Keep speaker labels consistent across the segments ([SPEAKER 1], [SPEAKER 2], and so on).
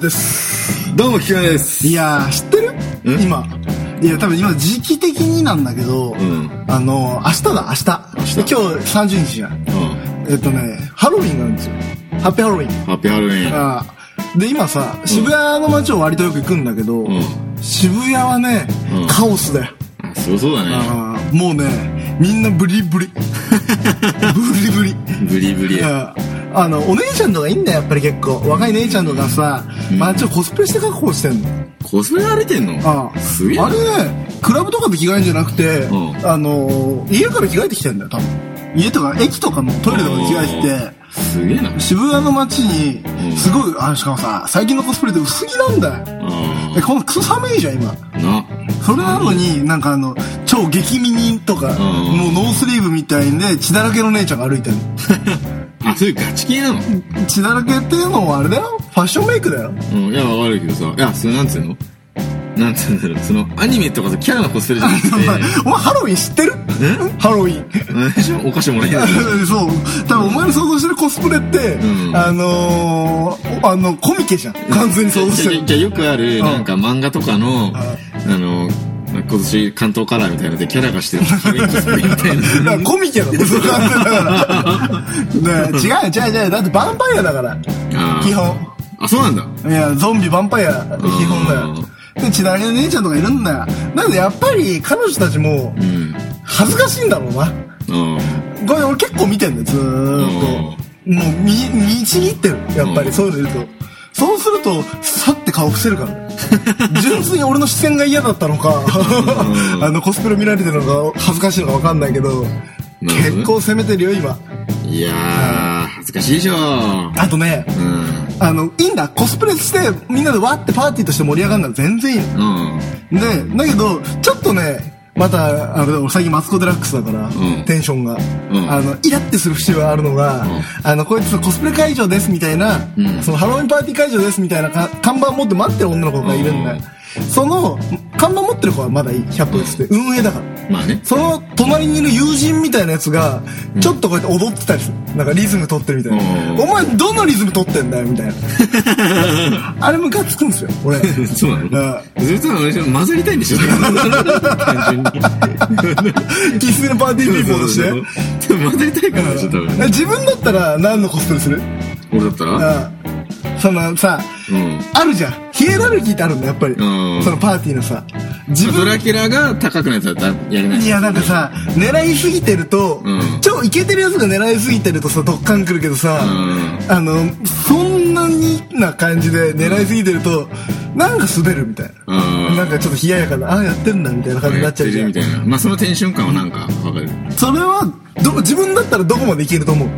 [SPEAKER 1] です。
[SPEAKER 2] どうも、キカです。
[SPEAKER 1] いやー、知ってる
[SPEAKER 2] ん
[SPEAKER 1] 今。いや、多分今時期的になんだけど、
[SPEAKER 2] ん
[SPEAKER 1] あの、明日だ、明日。
[SPEAKER 2] 明日
[SPEAKER 1] で今日30日じゃん。
[SPEAKER 2] うん。
[SPEAKER 1] えっとね、ハロウィンなんですよ。ハッピーハロウィン。
[SPEAKER 2] ハッピーハロウィン。
[SPEAKER 1] あーで、今さ、渋谷の街を割とよく行くんだけど、
[SPEAKER 2] ん
[SPEAKER 1] 渋谷はね、
[SPEAKER 2] うん
[SPEAKER 1] カオスだよ。
[SPEAKER 2] あすごそうだね。
[SPEAKER 1] あーもうね、みんなブリ ブリ。ブリブリ。
[SPEAKER 2] ブリブリ。
[SPEAKER 1] うんあの、お姉ちゃんのがいいんだよ、やっぱり結構。若い姉ちゃんのがさ、街をコスプレして格好してんの。
[SPEAKER 2] コスプレ歩いてんの
[SPEAKER 1] ああ
[SPEAKER 2] すげえな。
[SPEAKER 1] あれね、クラブとかで着替えんじゃなくて、
[SPEAKER 2] うん
[SPEAKER 1] あのー、家から着替えてきてんだよ、多分。家とか、駅とかのトイレとかで着替えてて、
[SPEAKER 2] すげえな。
[SPEAKER 1] 渋谷の街
[SPEAKER 2] うん
[SPEAKER 1] に、すごい、あ、しかもさ、最近のコスプレって薄着なんだよ。
[SPEAKER 2] う
[SPEAKER 1] で、このクソ寒いじゃん、今。
[SPEAKER 2] ん。な。
[SPEAKER 1] それなのに、なんかあの、超激ミニとか、
[SPEAKER 2] ん
[SPEAKER 1] もうノースリーブみたいで、血だらけの姉ちゃんが歩いてる。
[SPEAKER 2] あ、そういうガチ系なの
[SPEAKER 1] 血だらけっていうのはあれだよファッションメイクだよ。
[SPEAKER 2] うん。いや、わかるけどさ。いや、それなんつうのなんつうんだろう。その、アニメとかさ、キャラのコスプレじゃなくて
[SPEAKER 1] お前、お前ハロウィン知ってるハロウィン。
[SPEAKER 2] う んでしょお菓子もらえない。
[SPEAKER 1] そう。多分お前の想像してるコスプレって、
[SPEAKER 2] うん
[SPEAKER 1] あのー、おあの、コミケじゃん。完全に想像して
[SPEAKER 2] じゃじゃ
[SPEAKER 1] る。
[SPEAKER 2] よくある、なんか漫画とかの、あの、今年関東カラーみたいなのでキャラがしてるハロウィンコスプレみた いな。
[SPEAKER 1] だからコミケだもん、そう完全 だから。ねえ違う違う違う。だってヴァンパイアだから。
[SPEAKER 2] あー
[SPEAKER 1] 基。本。
[SPEAKER 2] あ、そうなんだ。
[SPEAKER 1] いや、ゾンビ、ヴァンパイア、基本だよ。で、血だらけの姉ちゃんとかいるんだよ。だけどやっぱり彼女たちも
[SPEAKER 2] うん。
[SPEAKER 1] 恥ずかしいんだろうな。
[SPEAKER 2] うん。
[SPEAKER 1] これ俺結構見てんだよ、ずーっと。もう見、見ちぎってる。やっぱ
[SPEAKER 2] う
[SPEAKER 1] り、
[SPEAKER 2] ん
[SPEAKER 1] そういうのいると。そうすると、さって顔伏せるからね。純粋に俺の視線が嫌だったのか、あの、コスプレ見られてるのか、恥ずかしいのかわかんないけど、
[SPEAKER 2] ね
[SPEAKER 1] 結構攻めてるよ、今。
[SPEAKER 2] いやー、恥ずかしいでしょ。
[SPEAKER 1] あとね、
[SPEAKER 2] うん。
[SPEAKER 1] あの、いいんだ。コスプレして、みんなでわーってパーティーとして盛り上がるなら全然いいの。
[SPEAKER 2] うん。
[SPEAKER 1] で、だけど、ちょっとね、また、あの、俺最近マツコ・デラックスだから、
[SPEAKER 2] ん
[SPEAKER 1] テンションが、
[SPEAKER 2] うん
[SPEAKER 1] あの、イラってする節があるのが、あの、こいつコスプレ会場ですみたいな、
[SPEAKER 2] うん
[SPEAKER 1] そのハロウィンパーティー会場ですみたいなか看板持って待ってる女の子がいるんだよ。その、看板持ってる子はまだいい、100歩ですって、運営だから。
[SPEAKER 2] まあね。
[SPEAKER 1] その隣にいる友人みたいなやつが、ちょっとこうやって踊ってたりする。なんかリズム取ってるみたいな。
[SPEAKER 2] うん
[SPEAKER 1] お前どのリズム取ってんだよみ たいな。あれムカつくんですよ、俺。
[SPEAKER 2] そうなの
[SPEAKER 1] う
[SPEAKER 2] ずっとあれでしょ混ざりたいんでしょ単純に。
[SPEAKER 1] キスのパーティーピーポーとして。
[SPEAKER 2] でも混ざりたいからでしょ、多分。
[SPEAKER 1] 自分だったら何のコスプレする
[SPEAKER 2] 俺だったら
[SPEAKER 1] ああそのさ、
[SPEAKER 2] うん。
[SPEAKER 1] あるじゃん。ヒエラルキーってあるんだ、やっぱり。
[SPEAKER 2] ん
[SPEAKER 1] そのパーティーのさ。自
[SPEAKER 2] ド
[SPEAKER 1] 分
[SPEAKER 2] ラキュラが高くなやつだったらやれない。
[SPEAKER 1] いや、なんかさ、狙いすぎてると、
[SPEAKER 2] うん
[SPEAKER 1] 超イケてるやつが狙いすぎてるとさ、ドッカン来るけどさ、
[SPEAKER 2] うん
[SPEAKER 1] あの、そんなにな感じで狙いすぎてると、なんか滑るみたいな。
[SPEAKER 2] うん
[SPEAKER 1] なんかちょっと冷ややかな、ああ、やってんだみたいな感じにな
[SPEAKER 2] や
[SPEAKER 1] っ
[SPEAKER 2] っ
[SPEAKER 1] ちゃ
[SPEAKER 2] て
[SPEAKER 1] うじゃ
[SPEAKER 2] る
[SPEAKER 1] ん
[SPEAKER 2] み。たいな。まあそのテンション感はなんかわかる。
[SPEAKER 1] それは、ど、自分だったらどこまでいけると思う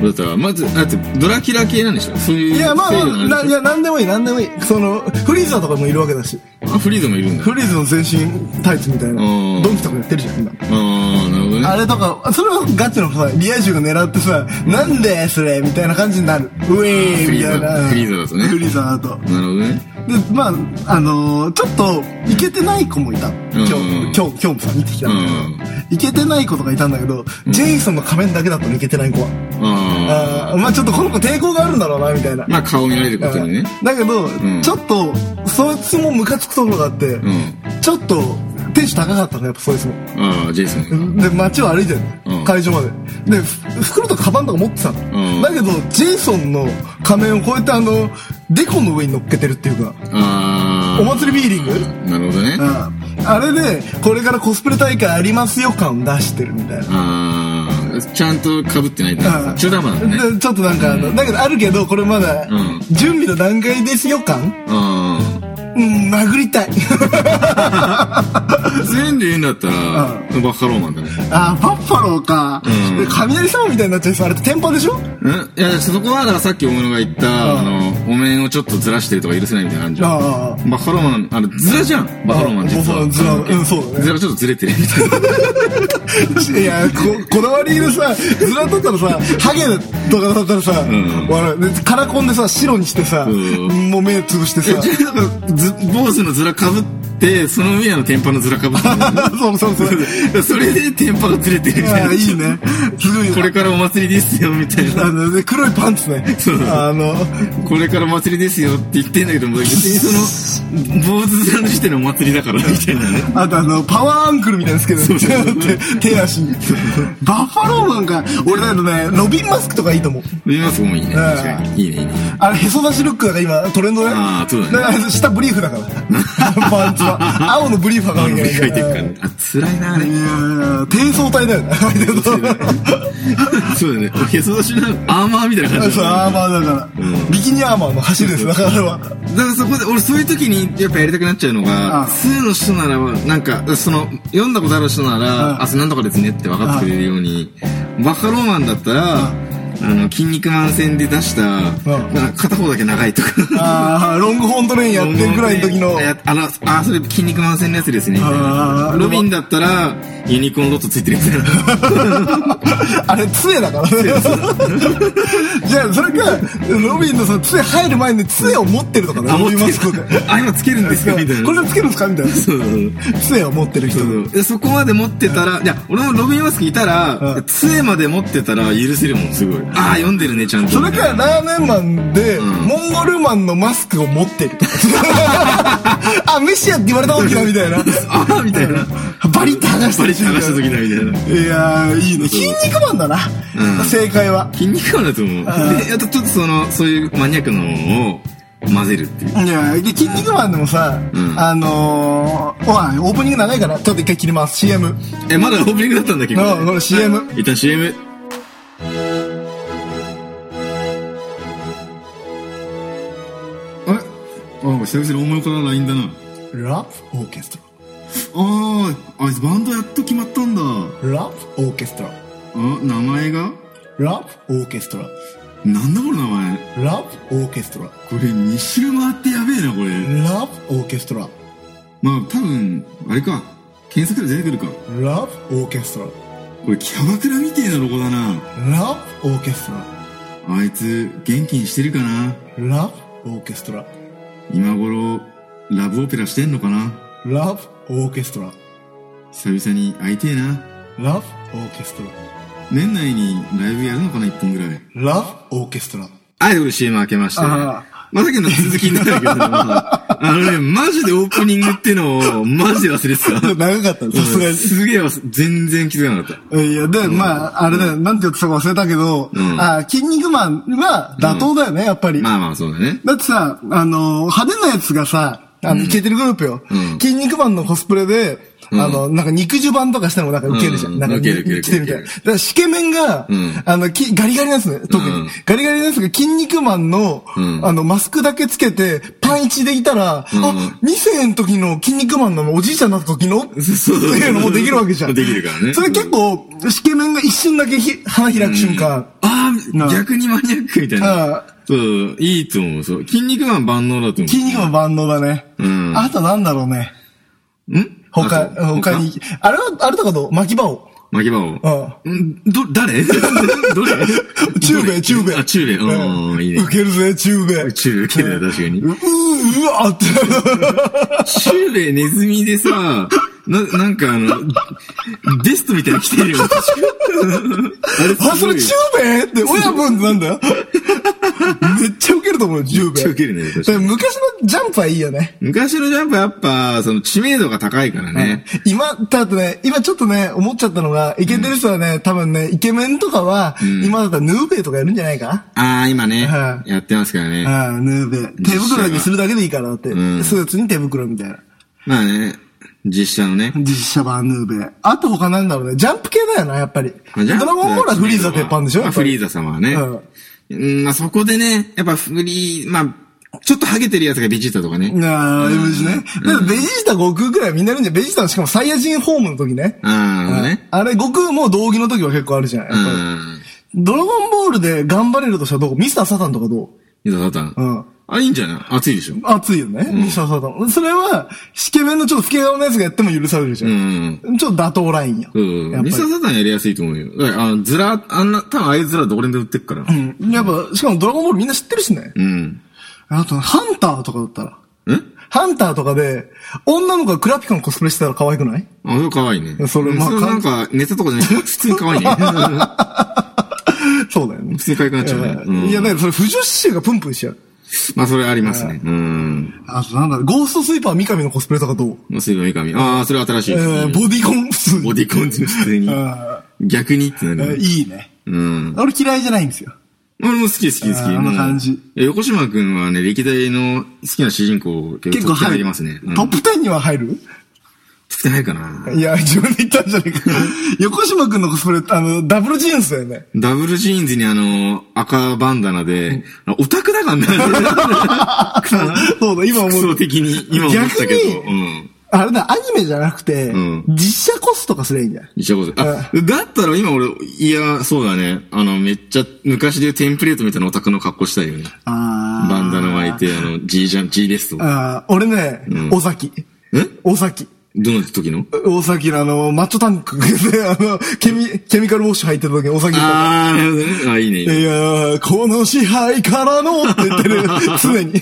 [SPEAKER 2] 俺だったら、まず、だってドラキュラ系なんでしょそういう。
[SPEAKER 1] いや、まあ、ま
[SPEAKER 2] 制度
[SPEAKER 1] あ、
[SPEAKER 2] が
[SPEAKER 1] な
[SPEAKER 2] ある
[SPEAKER 1] い
[SPEAKER 2] でし
[SPEAKER 1] や、なんでもいい、なんでもいい。その、フリーザとかもいるわけだし。
[SPEAKER 2] ょあ、フリーズもいるんだ。
[SPEAKER 1] フリーズの全身タイツみたいな。
[SPEAKER 2] うん
[SPEAKER 1] ドンキとかやってるじゃん、今。
[SPEAKER 2] あー、なるほどね。
[SPEAKER 1] あれとか、それはガチのさ、リア充が狙ってさ、なんでそれみたいな感じになる。ウェーイみたいな。
[SPEAKER 2] フリーザーだとね
[SPEAKER 1] フリーザーだと。
[SPEAKER 2] なるほどね。
[SPEAKER 1] で、まあ、あのーちょっと、いけてない子もいた。今日、
[SPEAKER 2] うん
[SPEAKER 1] 今日、今日もさ、見てきたんだけど、いけてない子とかいたんだけど、ジェイソンの仮面だけだったの、いけてない子は。
[SPEAKER 2] あ
[SPEAKER 1] あーまあちょっとこの子抵抗があるんだろうな、みたいな
[SPEAKER 2] あ。。まあ顔見られることにね。
[SPEAKER 1] だけど、
[SPEAKER 2] ん
[SPEAKER 1] ちょっと、そいつもムカつくところがあって、
[SPEAKER 2] ん
[SPEAKER 1] ちょっと、テンション高かったの、やっぱそいつも。
[SPEAKER 2] ああ、ジェイソンが。
[SPEAKER 1] で、街を歩いてる、
[SPEAKER 2] うん
[SPEAKER 1] 会場まで。で、ふ袋とかカバンとか持ってたの。
[SPEAKER 2] うん
[SPEAKER 1] だけど、ジェイソンの仮面をこうやってあの、デコの上に乗っけてるっていうか、
[SPEAKER 2] ああ。
[SPEAKER 1] お祭りビーリング
[SPEAKER 2] なるほどね。
[SPEAKER 1] うんあれで、これからコスプレ大会ありますよ感を出してるみたいな。
[SPEAKER 2] ああ。ちゃんと被ってないん
[SPEAKER 1] うん
[SPEAKER 2] だ。中途半端なんだね。
[SPEAKER 1] でちょっとなんかあの、だけどあるけど、これまだ
[SPEAKER 2] うん、
[SPEAKER 1] 準備の段階ですよ感
[SPEAKER 2] あ
[SPEAKER 1] うん、殴りたい。
[SPEAKER 2] あ。全で言うんだったら、バ
[SPEAKER 1] う
[SPEAKER 2] ッファローマンだね。
[SPEAKER 1] あー、バッファローか。
[SPEAKER 2] うん
[SPEAKER 1] で雷様みたいになっちゃいそう。あれって天パでしょ
[SPEAKER 2] うんいや、そこは、だからさっきおものが言った、あの、お面をちょっとずらしてるとか許せないみたいなのあるじゃん。
[SPEAKER 1] あ
[SPEAKER 2] バッファローマン、あの、ずらじゃんバッファローマン実
[SPEAKER 1] あ
[SPEAKER 2] は。
[SPEAKER 1] ずらうんそうだね
[SPEAKER 2] ずらちょっとずれてるみたいな。
[SPEAKER 1] あ。いや、こ、こだわりのさ、ずらっとったらさ、ハゲとかだったらさ、
[SPEAKER 2] ん
[SPEAKER 1] 笑うでカラコンでさ、白にしてさ、
[SPEAKER 2] うん
[SPEAKER 1] もう目潰してさ、
[SPEAKER 2] えじゃあ、なんか、ず、坊主のずら被っって、その上の天パのずらかぶったんだよね
[SPEAKER 1] そうそう そう。
[SPEAKER 2] それで天パがずれてるみたい
[SPEAKER 1] あ
[SPEAKER 2] な。
[SPEAKER 1] ーいいね。すごい
[SPEAKER 2] これからお祭りですよ、み たい
[SPEAKER 1] あ
[SPEAKER 2] な。
[SPEAKER 1] の、で黒いパンツね。
[SPEAKER 2] そう
[SPEAKER 1] あの、
[SPEAKER 2] これからお祭りですよって言ってんだけども、別にその、坊主さんのしてのお祭りだから、みたいなね。
[SPEAKER 1] あとあの、パワーアンクルみたいなのつけて
[SPEAKER 2] そうそう
[SPEAKER 1] る。手足に。バッファローマンか。俺だけどね、ロビンマスクとかいいと思う。
[SPEAKER 2] 見ますもいいね。確かに。いいね、いいね。
[SPEAKER 1] あれ、へそ出しルックが今トレンドね。
[SPEAKER 2] あーそうだね
[SPEAKER 1] から下ブリーフだ から。パンツは。青のブリーフは
[SPEAKER 2] あ
[SPEAKER 1] か
[SPEAKER 2] の、
[SPEAKER 1] け
[SPEAKER 2] 振
[SPEAKER 1] ない
[SPEAKER 2] り返っていくから
[SPEAKER 1] い
[SPEAKER 2] ね。あ、辛いな、あ れ。
[SPEAKER 1] やー低層体だよね。
[SPEAKER 2] そうだね。へそ出しのアーマーみたいな感じ
[SPEAKER 1] そう、
[SPEAKER 2] だね
[SPEAKER 1] アーマーだから、ビキニアーマーの走りです、だからあれは。
[SPEAKER 2] だからそこで、俺そういう時にやっぱやりたくなっちゃうの
[SPEAKER 1] ああ
[SPEAKER 2] が、数の人ならば、なんか、その、読んだことある人な
[SPEAKER 1] あ
[SPEAKER 2] ら、あ、それなんとかですねって分かってくれるように、バッファローマンだったら、あの、筋肉マン戦で出した、なんか片方だけ長いとか。
[SPEAKER 1] あーロングホーントレイン やってるぐらいの時の。
[SPEAKER 2] やあの、あ、それ筋肉マン戦のやつですね。みたい
[SPEAKER 1] ああ
[SPEAKER 2] なロビンだったら、ユニコーンロットついてるみたいな。
[SPEAKER 1] あれ、杖だからね。 じゃあ、それか、ロビンのその杖入る前に杖を持ってるとかね、
[SPEAKER 2] あ、
[SPEAKER 1] ロ
[SPEAKER 2] もう
[SPEAKER 1] ビンマス
[SPEAKER 2] つ
[SPEAKER 1] ク
[SPEAKER 2] け
[SPEAKER 1] で。
[SPEAKER 2] あ、今つけるんですかみたいな。
[SPEAKER 1] これつけるんですかみたいな。
[SPEAKER 2] そうそうそう。
[SPEAKER 1] 杖を持ってる人。
[SPEAKER 2] そうでそこまで持ってたら、いや、俺もロビンマスクいた
[SPEAKER 1] う
[SPEAKER 2] ら
[SPEAKER 1] ん、
[SPEAKER 2] 杖まで持ってたら許せるもん、すごい。ああ、読んでるね、ちゃんと。
[SPEAKER 1] それか、ラーメンマンで、
[SPEAKER 2] ん
[SPEAKER 1] モンゴルマンのマスクを持ってるとか。 あ、メシアって言われた時だ、みたいな。
[SPEAKER 2] ああ、みたいな。
[SPEAKER 1] バリッて剥がして
[SPEAKER 2] バリッて剥がした時だ、みたいな。
[SPEAKER 1] いやー、いいね。筋肉マンだな。
[SPEAKER 2] うん
[SPEAKER 1] 正解は。
[SPEAKER 2] 筋肉感だと思う。で、あとちょっとその、そういうマニアックなものを混ぜるっていう。
[SPEAKER 1] いや、で、筋肉マンでもさ、
[SPEAKER 2] うん
[SPEAKER 1] あのー、ほらオープニング長いから、ちょっと一回切ります。CM。
[SPEAKER 2] え、まだオープニングだったんだけど。
[SPEAKER 1] ああこれ CM
[SPEAKER 2] はい一旦 CM。あれあ、久々に思い浮かばない LINE だな。
[SPEAKER 1] ラブオーケスト
[SPEAKER 2] ああ、あいつバンドやっと決まったんだ。
[SPEAKER 1] ラ。ラブオーケストラ。
[SPEAKER 2] あ、名前が
[SPEAKER 1] ラブオーケストラ。
[SPEAKER 2] なんだこれ名前。
[SPEAKER 1] ラブオーケストラ。
[SPEAKER 2] これ2周回ってやべえな、これ。
[SPEAKER 1] ラブオーケストラ。
[SPEAKER 2] まあ多分、あれか。検索で出てくるか。
[SPEAKER 1] ラブオーケスト
[SPEAKER 2] これキャバクラみてえなロゴだな。
[SPEAKER 1] ラ。ラブオーケスト
[SPEAKER 2] あいつ、元気にしてるかな
[SPEAKER 1] ラ。ラブオーケストラ。
[SPEAKER 2] 今頃、ラブオペラしてんのかな
[SPEAKER 1] ラブオーケストラ。
[SPEAKER 2] 久々に会いてえな。
[SPEAKER 1] ラブオーケスト
[SPEAKER 2] 年内にライブやるのかな、1本ぐらい。
[SPEAKER 1] ラ。ラブオーケストラ。
[SPEAKER 2] はい、俺 CM 開けました。
[SPEAKER 1] あ
[SPEAKER 2] まさきの続きになるけど、あのね、マジでオープニングってのを、マジで忘れて た。
[SPEAKER 1] 長かったね、さすがに。
[SPEAKER 2] すげえ忘れ、全然気づかなかっ
[SPEAKER 1] いや、で、まあ、あれだよ、なんて言ってたか忘れたけど、
[SPEAKER 2] うん
[SPEAKER 1] あ、筋肉マンは妥当だよね、やっぱり。
[SPEAKER 2] た。まあまあ、そうだね。
[SPEAKER 1] だってさ、あの、派手なやつがさ、あの、イケてるグループよ。
[SPEAKER 2] うん
[SPEAKER 1] 筋肉マンのコスプレで、
[SPEAKER 2] うん
[SPEAKER 1] あの、なんか肉襦袢とかしたのもなんかウケるじゃん。
[SPEAKER 2] うん
[SPEAKER 1] なんか、
[SPEAKER 2] ウケるウケる
[SPEAKER 1] 着てみたい。
[SPEAKER 2] ウケる
[SPEAKER 1] だから、シケメンが、
[SPEAKER 2] うん
[SPEAKER 1] あの、きガリガリのやつね、特に。
[SPEAKER 2] うん
[SPEAKER 1] ガリガリのやつが筋肉マンの、
[SPEAKER 2] うん
[SPEAKER 1] あの、マスクだけつけて、パン1でいたら、
[SPEAKER 2] ん
[SPEAKER 1] あ、2世の時の筋肉マンのおじいちゃんだった時のって
[SPEAKER 2] そう
[SPEAKER 1] いうのもできるわけじゃん。
[SPEAKER 2] できるからね
[SPEAKER 1] それ結構、シケメンが一瞬だけひ花開く瞬間。
[SPEAKER 2] あ
[SPEAKER 1] な
[SPEAKER 2] あ、逆にマニアックみたい
[SPEAKER 1] ああ
[SPEAKER 2] な。そう、いいと思う。そう。筋肉マン万能だと思う。
[SPEAKER 1] 筋肉マン万能だね。
[SPEAKER 2] うん
[SPEAKER 1] あとなんだろうね。
[SPEAKER 2] ん
[SPEAKER 1] 他
[SPEAKER 2] あ、と
[SPEAKER 1] 他に。、あれは、あれだけど、巻き場を。
[SPEAKER 2] 巻き場を。うん。ど、誰 どれ
[SPEAKER 1] 中米、中米。
[SPEAKER 2] あ、中米。うん、いいね
[SPEAKER 1] ウ。ケるぜ、中米。
[SPEAKER 2] 中米、確かに
[SPEAKER 1] う。ー、うわって。
[SPEAKER 2] 中米ネズミでさ、な、なんかあの、ベストみたいに来てるよ。確かあれすごいよ
[SPEAKER 1] あ、それ中米って、親分なん だよ。めっちゃウケると思うよ、中米。
[SPEAKER 2] めっちゃウケるね確か
[SPEAKER 1] だから昔のジャンプはいいよね。
[SPEAKER 2] 昔のジャンプはやっぱ、その知名度が高いからね。
[SPEAKER 1] 今、だってね、今ちょっとね、思っちゃったのが、イケてる人はね、多分ね、イケメンとかは、今だったらヌーベイとかやるんじゃないかな
[SPEAKER 2] ああ、今ね
[SPEAKER 1] は、い
[SPEAKER 2] やってますからね。
[SPEAKER 1] ああ、ヌーベイ。手袋だけするだけでいいからって。ス
[SPEAKER 2] ん
[SPEAKER 1] ーツに手袋みたいな。
[SPEAKER 2] まあね、実写のね。
[SPEAKER 1] 実写版ヌーベ。あと他なんだろうね。ジャンプ系だよな、やっぱり。
[SPEAKER 2] まあ
[SPEAKER 1] ドラゴンボールはフリーザ鉄板でしょ
[SPEAKER 2] まあフリーザ様はね。
[SPEAKER 1] うん
[SPEAKER 2] うん、まあそこでね、やっぱフリー、まあ、ちょっとハゲてるやつがベジータとかね。
[SPEAKER 1] なあ、M 字ね。だってベジータ、悟空くらいみんなやるんじゃん。ベジータのしかもサイヤ人ホームの時ね。
[SPEAKER 2] ああ、ね。
[SPEAKER 1] あれ、悟空も道着の時は結構あるじゃん。やっ
[SPEAKER 2] う
[SPEAKER 1] ぱり
[SPEAKER 2] ん。
[SPEAKER 1] ドラゴンボールで頑張れるとしたらどうミスターサタンとかどう
[SPEAKER 2] 伊沢さん。
[SPEAKER 1] うん
[SPEAKER 2] あ、いいんじゃない熱いでしょ。
[SPEAKER 1] 熱いよね、ミスターサタン。それは、シケメンのちょっと老け顔のやつがやっても許されるじゃ。
[SPEAKER 2] うんん。
[SPEAKER 1] ちょっと妥当ラインよ。
[SPEAKER 2] うん。ミササタンやりやすいと思うよ。だからあの、ずら、あんな、多分ああいうずらどこでも売ってるから。
[SPEAKER 1] うんやっぱ、しかもドラゴンボールみんな知ってるしね。
[SPEAKER 2] うん。
[SPEAKER 1] あと、ハンターとかだったら。
[SPEAKER 2] うん
[SPEAKER 1] ハンターとかで、女の子がクラピカのコスプレしてたら可愛くない
[SPEAKER 2] あ、それ可愛いね。
[SPEAKER 1] それ
[SPEAKER 2] うん
[SPEAKER 1] まあ
[SPEAKER 2] れなんか、ネタとかじゃなくて、普通に 可愛いね。
[SPEAKER 1] そうだよね
[SPEAKER 2] 普。通に可愛くなっちゃうね。うん
[SPEAKER 1] いや、だからそれ、不女子臭がプンプンしちゃう。
[SPEAKER 2] まあ、それありますね。うん。
[SPEAKER 1] あとなんだろう、ゴーストスイーパー三上のコスプレとかどう
[SPEAKER 2] 水分三上。ああ、それ新しい
[SPEAKER 1] え
[SPEAKER 2] ですね。
[SPEAKER 1] ー、ボディコン普通
[SPEAKER 2] ボ ディコンって普通に。
[SPEAKER 1] あ
[SPEAKER 2] 逆にってな
[SPEAKER 1] ーえー
[SPEAKER 2] る。
[SPEAKER 1] いいね。
[SPEAKER 2] うん。
[SPEAKER 1] 俺嫌いじゃないんですよ。
[SPEAKER 2] 俺も好き好き好き。
[SPEAKER 1] あーあの感じ
[SPEAKER 2] うんえ横島くんはね、歴代の好きな主人公
[SPEAKER 1] 結構
[SPEAKER 2] 入
[SPEAKER 1] 入
[SPEAKER 2] り
[SPEAKER 1] る。
[SPEAKER 2] ますね。うん
[SPEAKER 1] トップ10には入る
[SPEAKER 2] 少ないかない
[SPEAKER 1] や、自分で言ったんじゃない か。横島くんのコスプレ、あの、ダブルジーンスだよ ね。
[SPEAKER 2] ダブルジーンズにあの、赤バンダナで、あオタクだ からね。
[SPEAKER 1] そうだ、今
[SPEAKER 2] ク
[SPEAKER 1] 思
[SPEAKER 2] ソ
[SPEAKER 1] う。
[SPEAKER 2] 的に、今思ったけど。
[SPEAKER 1] 逆
[SPEAKER 2] うん。
[SPEAKER 1] あれだ、アニメじゃなくて、
[SPEAKER 2] ん
[SPEAKER 1] 実写コスとかすりゃいいんじゃない
[SPEAKER 2] 一応こそ。あ、だったら今俺、いや、そうだね。あの、めっちゃ、昔で言うテンプレートみたいなオタクの格好したいよね。
[SPEAKER 1] あ
[SPEAKER 2] バンダナ巻いて、あの、G ジャン、G レスト。
[SPEAKER 1] あー俺ね、尾崎。
[SPEAKER 2] え
[SPEAKER 1] 尾崎。
[SPEAKER 2] どの時の
[SPEAKER 1] 尾崎のあの、マッチョタンクで、あの、ケミ、ケミカルウォッシュ入ってる時に尾崎が
[SPEAKER 2] あー、なるほどね。あ、いいねいいね。
[SPEAKER 1] いやー、この支配からのって言ってる、 常に。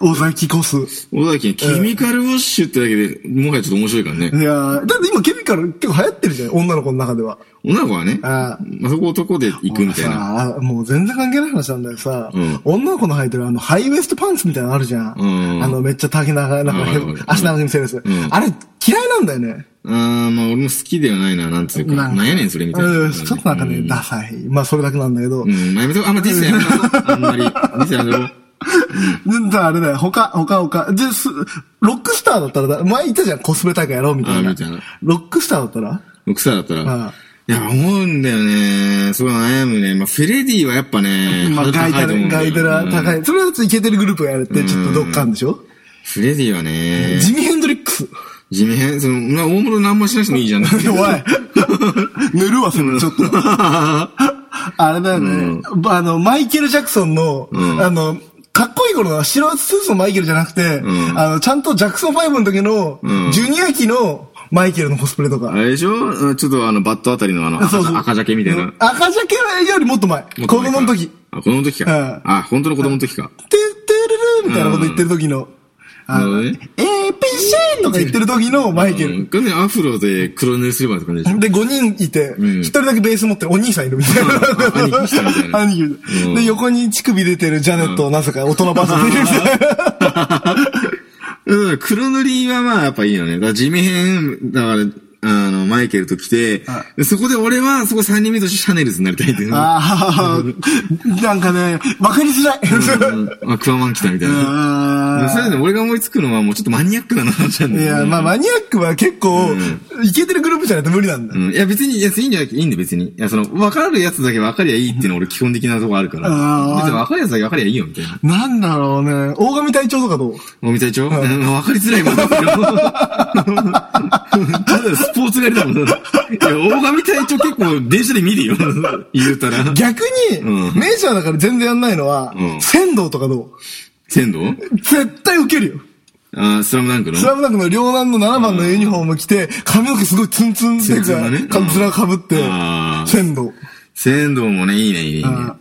[SPEAKER 1] 尾崎コス。い
[SPEAKER 2] 小崎、ケミカルウォッシュってだけで、もはやちょっと面白いからね。
[SPEAKER 1] やー、だって今ケミカル結構流行ってるじゃん、女の子の中では。
[SPEAKER 2] 女の子はね、
[SPEAKER 1] あ
[SPEAKER 2] あそこ男で行くみたいな。
[SPEAKER 1] さあ、もう全然関係ない話なんだよさ、
[SPEAKER 2] うん
[SPEAKER 1] 女の子の履いてるあの、ハイウエストパンツみたいなのあるじゃん。
[SPEAKER 2] うん
[SPEAKER 1] あの、めっちゃ丈長い、なんか
[SPEAKER 2] うん
[SPEAKER 1] へ
[SPEAKER 2] うん
[SPEAKER 1] 足長く見せるやつ、
[SPEAKER 2] ん
[SPEAKER 1] あれ、嫌いなんだよね。
[SPEAKER 2] あー、まあ俺も好きではないな、なんつうか。なんやねん、それみたいな。
[SPEAKER 1] うん、ちょっとなんかね、ダサい。まあ、それだけなんだけど。
[SPEAKER 2] うん、まあやめとこうあんまディスやめとこうあん まり。ディスやめとこう
[SPEAKER 1] でだからあれだよ、他、他、他。で、す、ロックスターだったらだ、前言ったじゃん、コスプレ大会やろうみたい
[SPEAKER 2] あ
[SPEAKER 1] な
[SPEAKER 2] みたいな。
[SPEAKER 1] ロックスターだったら
[SPEAKER 2] 草だった
[SPEAKER 1] あ
[SPEAKER 2] ら
[SPEAKER 1] あ。
[SPEAKER 2] いや、思うんだよね。それは悩むね。まあ、フェレディはやっぱね、
[SPEAKER 1] まあ、ガイ
[SPEAKER 2] 高い
[SPEAKER 1] ド
[SPEAKER 2] と
[SPEAKER 1] ラ、
[SPEAKER 2] 思うんだ
[SPEAKER 1] ガ
[SPEAKER 2] よ
[SPEAKER 1] イドラ高
[SPEAKER 2] うん
[SPEAKER 1] い。それはちょっとイケてるグループがやれて、ちょっとどっかんでしょ
[SPEAKER 2] フレディはね、
[SPEAKER 1] ジミー・ヘンドリックス。
[SPEAKER 2] 地味変、その、まあ、大物何もしなくてもいいじゃ ん。
[SPEAKER 1] おい。塗るわ、それ、ちょっと。あれだよね。あの、マイケル・ジャクソンの、
[SPEAKER 2] ん
[SPEAKER 1] あの、かっこいい頃の白スーツのマイケルじゃなくて、
[SPEAKER 2] ん
[SPEAKER 1] あの、ちゃんとジャクソン5の時の、
[SPEAKER 2] うん
[SPEAKER 1] ジュニア期のマイケルのコスプレと
[SPEAKER 2] あ
[SPEAKER 1] か。
[SPEAKER 2] れでしょうんちょっとあの、バットあたりのあの、赤
[SPEAKER 1] そうそう
[SPEAKER 2] 赤ジャケみたいな。
[SPEAKER 1] 赤ジャケよりもっと前。
[SPEAKER 2] もっ
[SPEAKER 1] 子
[SPEAKER 2] と前か
[SPEAKER 1] 供の時。。
[SPEAKER 2] あ、子供の時か。
[SPEAKER 1] う
[SPEAKER 2] あ、本当の子供の時か。
[SPEAKER 1] てってるるみたいなこと言ってる時の、あ
[SPEAKER 2] なるほ
[SPEAKER 1] の、え
[SPEAKER 2] ど
[SPEAKER 1] ー
[SPEAKER 2] ね、
[SPEAKER 1] ピシーとか言ってる時のマイケ
[SPEAKER 2] う
[SPEAKER 1] ル。
[SPEAKER 2] ん。これね、アフロで黒塗りすればって感じでしょ
[SPEAKER 1] で、5人いて、
[SPEAKER 2] ん
[SPEAKER 1] 1人だけベース持ってるお兄さんいるみたいな。
[SPEAKER 2] うん兄貴来たみたいな
[SPEAKER 1] 兄貴みたいな
[SPEAKER 2] うん
[SPEAKER 1] で、横に乳首出てるジャネットをなぜか大人バージョンでいるみたいな。
[SPEAKER 2] うん、だから黒塗りはまあやっぱいいよね。だから地味編、だから、あの、マイケルと来て、そこで俺は、そこ3人目としてシャネルズになりたいっていうの。
[SPEAKER 1] ああ、なんかね、わかりづらい。
[SPEAKER 2] うんアクアマン来たみたいな。それ
[SPEAKER 1] あ
[SPEAKER 2] で俺が思いつくのはもうちょっとマニアックな話なん
[SPEAKER 1] ー
[SPEAKER 2] だ
[SPEAKER 1] い
[SPEAKER 2] よね
[SPEAKER 1] や、まあマニアックは結構、いけてるグループじゃないと無理なんだ
[SPEAKER 2] う。んいや別に、いや、いいんじゃないいいんだよ別に。いや、その、分かるやつだけ分かりゃいいっていうの俺基本的なとこあるから。
[SPEAKER 1] あー
[SPEAKER 2] 別に分かるやつだけ分かりゃいいよ、みたいな。
[SPEAKER 1] なんだろうね。大神隊長とかどう
[SPEAKER 2] もみ隊長、うん、分かりづらいもんだけど。ただスポーツ狩りだもん。いや、大神隊長結構電車で見るよ。言うたら。
[SPEAKER 1] 逆に、
[SPEAKER 2] うん
[SPEAKER 1] メジャーだから全然やんないのは、
[SPEAKER 2] うん
[SPEAKER 1] 仙道とかど
[SPEAKER 2] 仙道
[SPEAKER 1] う絶対ウケるよ。
[SPEAKER 2] あースラムダンクの
[SPEAKER 1] スラムダンクの両南の7番のユニフォーム着て、髪の毛すごいツンツンって
[SPEAKER 2] ツ
[SPEAKER 1] い
[SPEAKER 2] ンツンだね
[SPEAKER 1] うか、かずらかぶって
[SPEAKER 2] あ、ー
[SPEAKER 1] 仙道。
[SPEAKER 2] 仙道もね、いいね、いいね。いいね
[SPEAKER 1] あ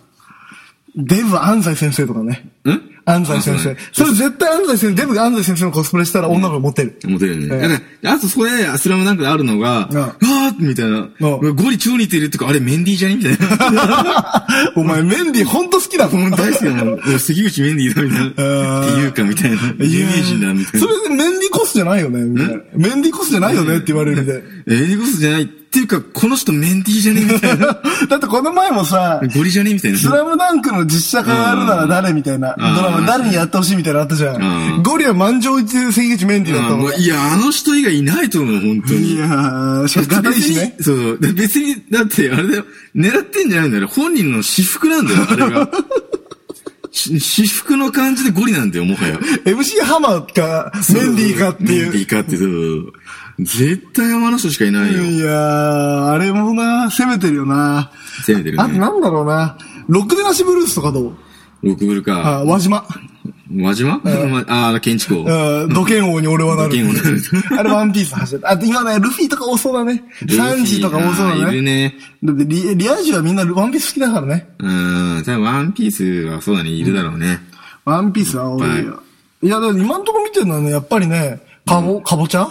[SPEAKER 1] デブ安西先生とかね。
[SPEAKER 2] ん
[SPEAKER 1] 安西先生。それ絶対安西先生、デブが安西先生のコスプレしたら女の子モテる。
[SPEAKER 2] モテるね。
[SPEAKER 1] ええ
[SPEAKER 2] だからあとそこで、スラムダンクであるのが、
[SPEAKER 1] うん
[SPEAKER 2] あーみたいな。
[SPEAKER 1] う
[SPEAKER 2] ゴリ超似てるってか、あれメンディーじゃねみたいな。
[SPEAKER 1] お前メンディーほんと好きだもん。
[SPEAKER 2] 俺大好きだもん。俺関口メンディーだみたいな。
[SPEAKER 1] あー
[SPEAKER 2] っていうか、みたいな。有名人だ、みたい
[SPEAKER 1] そ
[SPEAKER 2] な。
[SPEAKER 1] れでメンディーコスじゃないよね、みたいな。メンディーコスじゃないよねって言われるみたい。
[SPEAKER 2] えエリゴスじゃない。っていうか、この人メンディーじゃねみた いな。
[SPEAKER 1] だってこの前もさ、
[SPEAKER 2] ゴリじゃねみたいな。
[SPEAKER 1] スラムダンクの実写化があるなら誰みたいな、ド
[SPEAKER 2] ん
[SPEAKER 1] ラ
[SPEAKER 2] うん
[SPEAKER 1] マ誰にやってほしいみたいなのあったじゃ。
[SPEAKER 2] うんん
[SPEAKER 1] ゴリは満場一致で関口メンディーだっ
[SPEAKER 2] あ
[SPEAKER 1] た
[SPEAKER 2] ーも
[SPEAKER 1] もん
[SPEAKER 2] う。いや、あの人以外いないと思う、本当に。
[SPEAKER 1] いやー、しかもガタいしね。
[SPEAKER 2] そうそう。で別に、だって、あれだよ。狙ってんじゃないんだよ。本人の私服なんだよ、あれが。し私服の感じでゴリなんだよ、もはや。
[SPEAKER 1] MC ハマーか、メンディーかって
[SPEAKER 2] メンデ
[SPEAKER 1] い
[SPEAKER 2] ィ
[SPEAKER 1] う。
[SPEAKER 2] ーかって、そう。絶対あの人しかいないよ。
[SPEAKER 1] いやー、あれもな、攻めてるよな。
[SPEAKER 2] 攻めてる
[SPEAKER 1] あと
[SPEAKER 2] ね。
[SPEAKER 1] なんだろうな。ロックでなしブルースとかどう
[SPEAKER 2] ロックブルか。
[SPEAKER 1] あ、輪島。
[SPEAKER 2] 輪島 ああ、建築王。
[SPEAKER 1] うん、土建王に俺はな
[SPEAKER 2] 土建王
[SPEAKER 1] る
[SPEAKER 2] になる。
[SPEAKER 1] あれワンピース走ってる。あと今ね、ルフィとか多そうだね。サンジとか多そう
[SPEAKER 2] あ
[SPEAKER 1] だ
[SPEAKER 2] ーい
[SPEAKER 1] ね。
[SPEAKER 2] るね。
[SPEAKER 1] だってリ、リア充はみんなワンピース好きだからね。
[SPEAKER 2] うん。多分ワンピースはそうだね、いるだろうね。
[SPEAKER 1] ワンピースは多いよ。いや、だから今んとこ見てるのはね、やっぱりね、かぼ、かぼちゃ